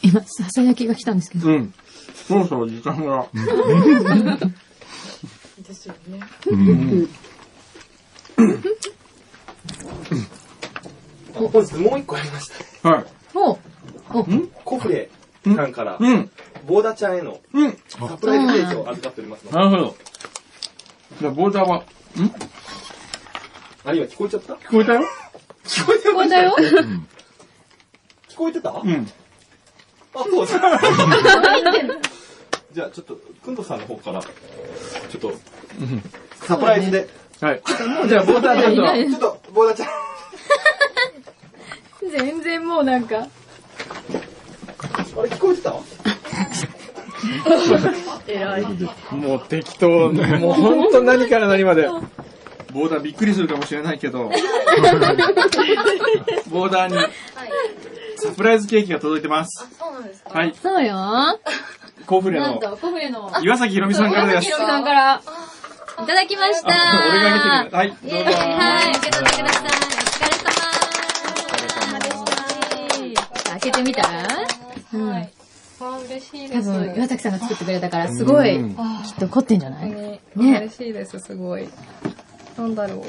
今、ささやきが来たんですけど。うん。そろそろ時間が。ですよね。うん。ここです。もう一個ありましたね。はい。おコフレさんから、うん。ボーダちゃんへのうん。サプライズケーキを預かっておりますので。なるほど。じゃあ、ボーダーは、んあるいは聞こえちゃった聞こえたよ聞こえてましたよ。 聞こえてたあ、うん。 そうです。じゃあ、ちょっと、くんどさんの方から、ちょっと、サプライズで。はい。もうじゃあ、ボーダーちゃんと、ちょっと、ボーダーちゃん。全然もうなんか。あれ、聞こえてた 偉い。もう適当、もう本当何から何まで。ボーダーびっくりするかもしれないけ ど、ボーダーにサプライズケーキが届いてます。そうなんですかはい。そうよー。コーフレなんのと、コフレの。岩崎ひろみさんからで岩す崎。ひろみさんから。いただきましたあ俺が開けてくれるはいどうぞイエーイはい、受け取ってください。お疲れ様です。開けてみたらはい。あ、嬉し多いです。分、岩崎さんが作ってくれたから、すごい、うきんっと凝ってんじゃない本当にね嬉しいです、すごい。なんだろう。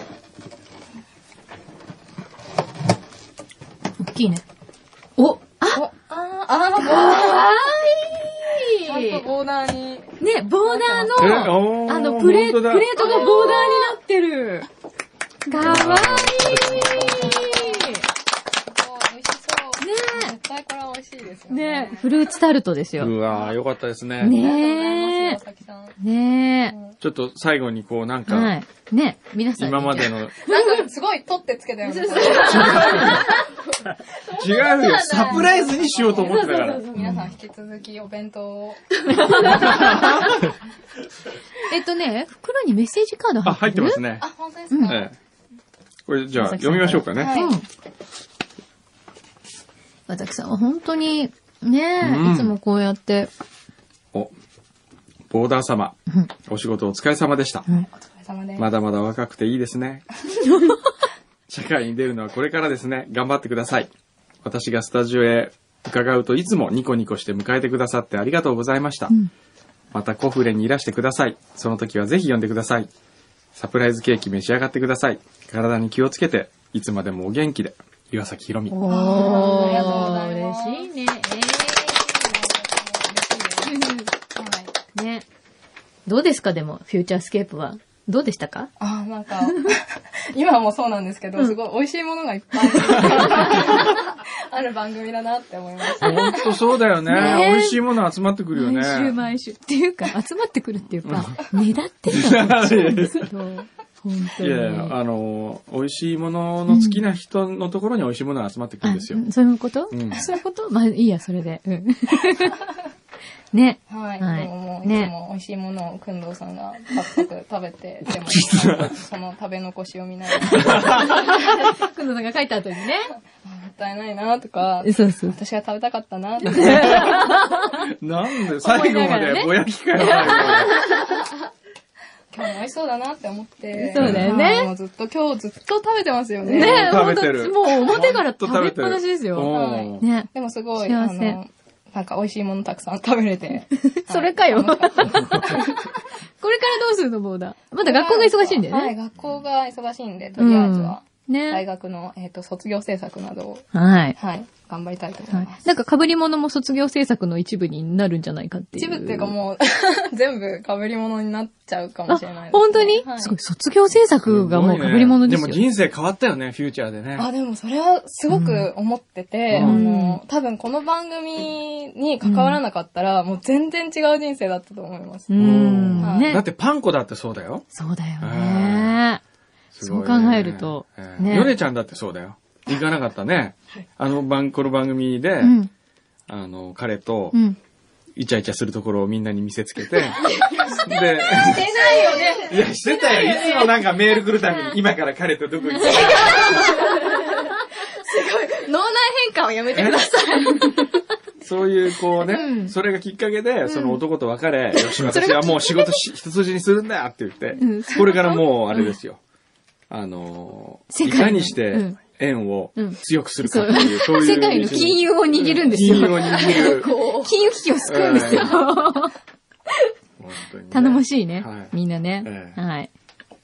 大きいね。おあああかわいいちゃんとボーダーに。ね、ボーダーえの、おーあの、プレート、本当だプレートがボーダーになってる。かわいね絶対これは美味しいですよい。ねフルーツタルトですよ。うわー、よかったですね。ねえ。ねえ。ちょっと最後にこうなんか、はい。ね皆さん。今までの、違なんかすごい取ってつけたよね。うよ、サプライズにしようと思ってたかそらうそう。そう皆さん引き続きお弁当を。えっとね、袋にメッセージカードあ、入入っっててるますね。あ、本当でうすんかええこれじゃあ読みましょうかね。はい私さんは本当に、ねうんいつもこうやって。ボーダー様、お仕事お疲れ様でした。お疲れ様です。まだまだ若くていいです ね。社会に出るのはこれからですね。頑張ってください。私がスタジオへ伺うといつもニコニコして迎えてくださってありがとうございました。またコフレにいらしてください。その時はぜひ呼んでください。サプライズケーキ召し上がってください。体に気をつけて、いつまでもお元気で。岩崎ひろみ。おー、ありがとうございます。嬉しいね。えー、ねどうですかでも、フューチャースケープは。どうでしたかあーなんか、 今もそうなんですけど、すごい美味しいものがいっぱいある番組だなって思いました。ほんとそうだよね。ねえ美味しいもの集まってくるよね。毎週毎週。っていうか、集まってくるっていうか、ねだってるんですけど、本当いに。やいや、あの、美味しいものの好きな人のところに美味しいものが集まってくるんですよ。そういうこと、うんそういうことまあ、いいや、それで。うん ね。はい。はいでももう、いねつも美味しいものをくんどうさんがパクパク食べて、でも、その食べ残しを見ながら。くんどうさんが書いた後にね。もったいないなとか、そうそう私が食べたかっ たなとか。なんで最後までぼやきかよ。今日も美味しそうだなって思って。そうだよねはいもうずっと今日ずっと食べてますよね。ね食べてるもう表から食べっぱなしですよ。はいね。でもすごい、あ幸せの、なんか美味しいものたくさん食べれて。 それかよ。これからどうするの、ボーダー。まだ学校が忙しいんだよね。はい、学校が忙しいんで、とりあえずは。ね大学の、えっ、と、卒業制作などを、はい頑張りたいと思います。なんか被り物も卒業制作の一部になるんじゃないかっていう。一部っていうかもう、 全部被り物になっちゃうかもしれないですね、本当に、はいすごい、卒業制作がもう被り物ですよ。でも人生変わったよね、フューチャーでね。あ、でもそれはすごく思ってて、うんあの、多分この番組に関わらなかったら、もう全然違う人生だったと思います。うんはいだってパン粉だってそうだよ。そうだよね。すごいねそう考えるとええねヨネちゃんだってそうだよ。行かなかったね。あの番、この番組で、うんあの、彼とう、ん。イチャイチャするところをみんなに見せつけ て、で、してないよね。いや、してたよ。いつもなんかメール来るたびに、今から彼とどこ行く脳内変化をやめてください。 そういう、こうね、それがきっかけで、その男と別 れ、よし、それ私がはもう仕事し一筋にするんだって言って、うんこれからもう、あれですよ。あのー、世い界のかにしうてん円をうん強くするかっていう、そういう。世界の金融を握るんですよ。金融を握るこう金融危機を救うんですよ。頼もしいね。みんなね。はい。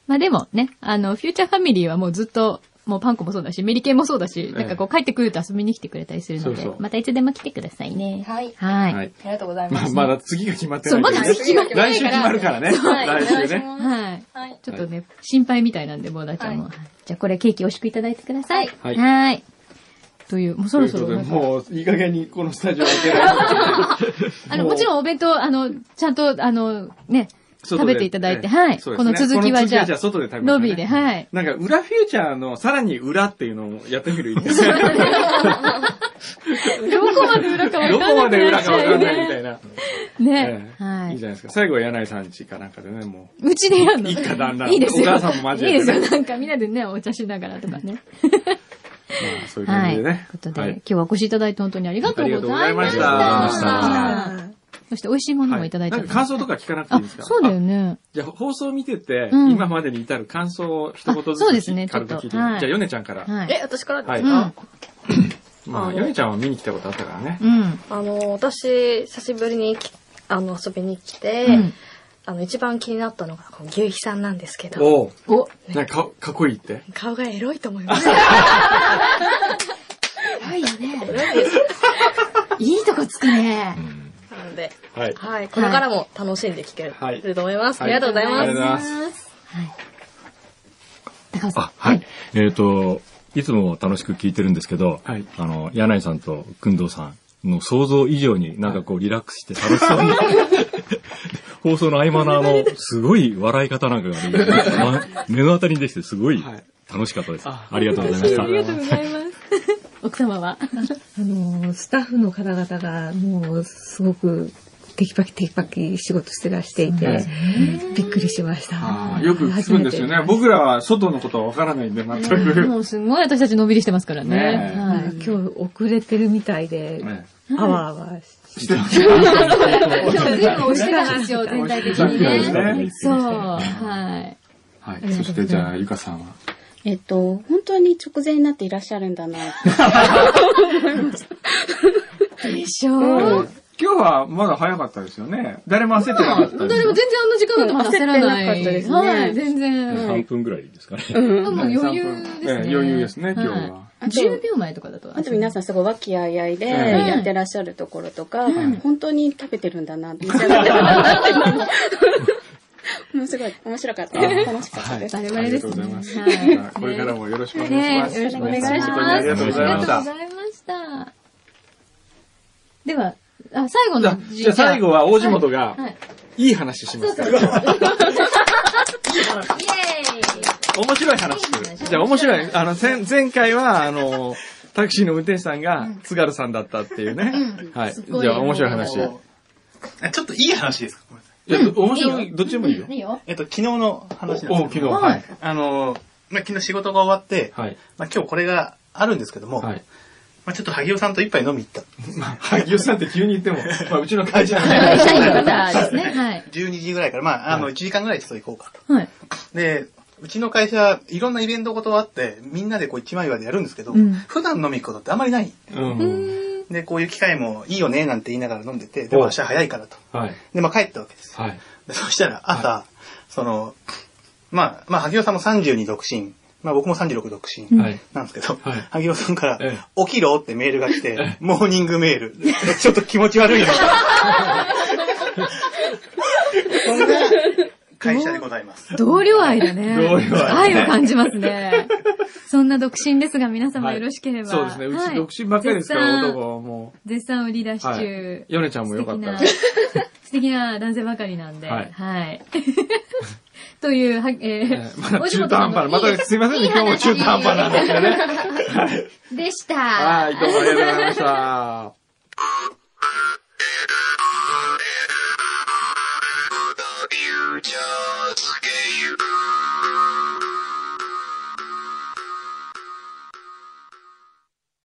まあでもね、あの、フューチャーファミリーはもうずっと、もうパンコもそうだし、メリケンもそうだし、えなんかこう帰ってくると遊びに来てくれたりするのでそうそ、うまたいつでも来てくださいね。はい。はい。はいありがとうございま。ますあ、まだ次が決まってそう、ないまだけどね。決まってない来週から。決まるからね。はい来週ね。はい。はい。ちょっとね、心配みたいなんで、ボーダーちゃんも。はいじゃあこれケーキ美味しくいただいてください。はいはい。という、もうそろそろというなんことか。でもう、いい加減にこのスタジオ開けないとあの、もちろんお弁当、あの、ちゃんと、あの、ね、外食でべていただいて、ええはい。そうこですねの続きはじこの続きはゃじゃあ外で食べあ、ましょうねロビーで、はい。なんか、裏フューチャーのさらに裏っていうのをやってみる。どどこまで裏かわかんなくなっちゃう どこまで裏かわかよねんないみたいな。ね。い。いいじゃないですか。最後は柳井さん家かなんかでね、もう。うちでやるの一家団らんいいですよ。お母さんも交いいえでてすねよ。なんかみんなでね、お茶しながらとかね。まあそういう感じではいね。ということで、はい今日はお越しいただいて本当にありがとうございました。ありがとうございまそして美味しいものもいただいたなんかので、感想とか聞かなくていいですかそうだよね。じゃあ、放送見てて、うん今までに至る感想を一言ずつ。そうですね軽く聞いてちょっとはいじゃあ、ヨネちゃんから。はいえ、私からはでい。すか、まあ、ヨネちゃんは見に来たことあったからね。うん。あの、私、久しぶりにきあの遊びに来て、うんあの、一番気になったのが、こう牛皮さんなんですけど、おお。なんか、かっこいいって。顔がエロいと思 います。エロいよね。エロいです。いいとこつくね。なので、はい。はい、これからも楽しんで聞ける,、はいと思います。ありがとうございます。ありがとうございます。はい。えっ、と、いつも楽しく聞いてるんですけど、あの、柳井さんと工藤さんの想像以上になんかこうリラックスして楽しそう に、放送の合間のあの、すごい笑い方なんかがね、 ま目の当たりにできてすごい楽しかったです。ありがとうございました。ありがとうございます。奥様はあの、スタッフの方々が、もう、すごく、テキパキテキパキ仕事してらしていそうでてす、びっくりしました。よく聞くんですよ初めね。僕らは外のことはわからないんで、全もく。うすごい私たちのんびりしてますからね。ねえはいて。今日遅れてるみたいで、あわあわしてま今日全部押してたんですよ、全体的にね。そう。はい。はいそしてじゃあゆかさんは。えっと、本当に直前になっていらっしゃるんだなって。でしょ今日はまだ早かったですよね。誰も焦ってなかった本当にでも全然あの時間だとまだ焦らない。焦ってなかったですねはい、全然。 3分ぐらいですかね。もう余裕ですね。ええ余裕ですね今日ははい。10秒前とかだと。あと皆さんすごい和気あいあいでうんやってらっしゃるところとか、うん本当に食べてるんだ なって、召し上がってるんだなっていうのももうすごい面白かった。楽しかったです。我々ですねありがとうございますはいまあこれからもよろしくお願いします。ねよろしくお願いします。本当にありがとうございましありた。がとうございました。では、あ、最後の。じゃあ最後は大地元がはいいい話しますから。面白い話。じゃあ面白い。あの、前前回は、あの、タクシーの運転手さんが津軽さんだったっていうね。はい。ごいじゃあ面白い話。もちょっといい話ですかいや、面白い、どっちでもいいよ。いいよ。えっと、昨日の話おなんお昨ですけ日ど、はいあの、まあ、昨日仕事が終わって、まあ、今日これがあるんですけども、まあ、ちょっと萩尾さんと一杯飲み行った。萩尾さんって急に言っても、まあ、うちの会社の会社員の方です ね。はい。 12時ぐらいから、まあ、あの、1時間ぐらいちょっと行こうかと。はいで、うちの会社、いろんなイベントことあって、みんなでこう一枚岩でやるんですけど、うん普段飲み行くことってあんまりない。で、こういう機会もいいよね、なんて言いながら飲んでて、でも明日早いからと。はい。で、まあ帰ったわけです。はい。でそしたら朝、その、まあ、まあ、萩尾さんも32独身。まあ僕も36独身うんなはんいですけど、萩尾さんから、起きろってメールが来てえ、モーニングメール。 ちょっと気持ち悪いな。 そんな会社でございます。同僚愛だね。同僚愛愛を感じますね。そんな独身ですが、皆様よろしければ。そうですね。うはちい独身ばっかりですから、絶賛男はも絶賛売り出しう。はい。中ヨ。ネちゃんもよかったら。素敵な 男性ばかりなんで。ははいい。 という、は、ええー、まだ中途半端なまたすいませんね話今日も中途半端なんですよね はいでした。はい、どうもありがとうございました。 future,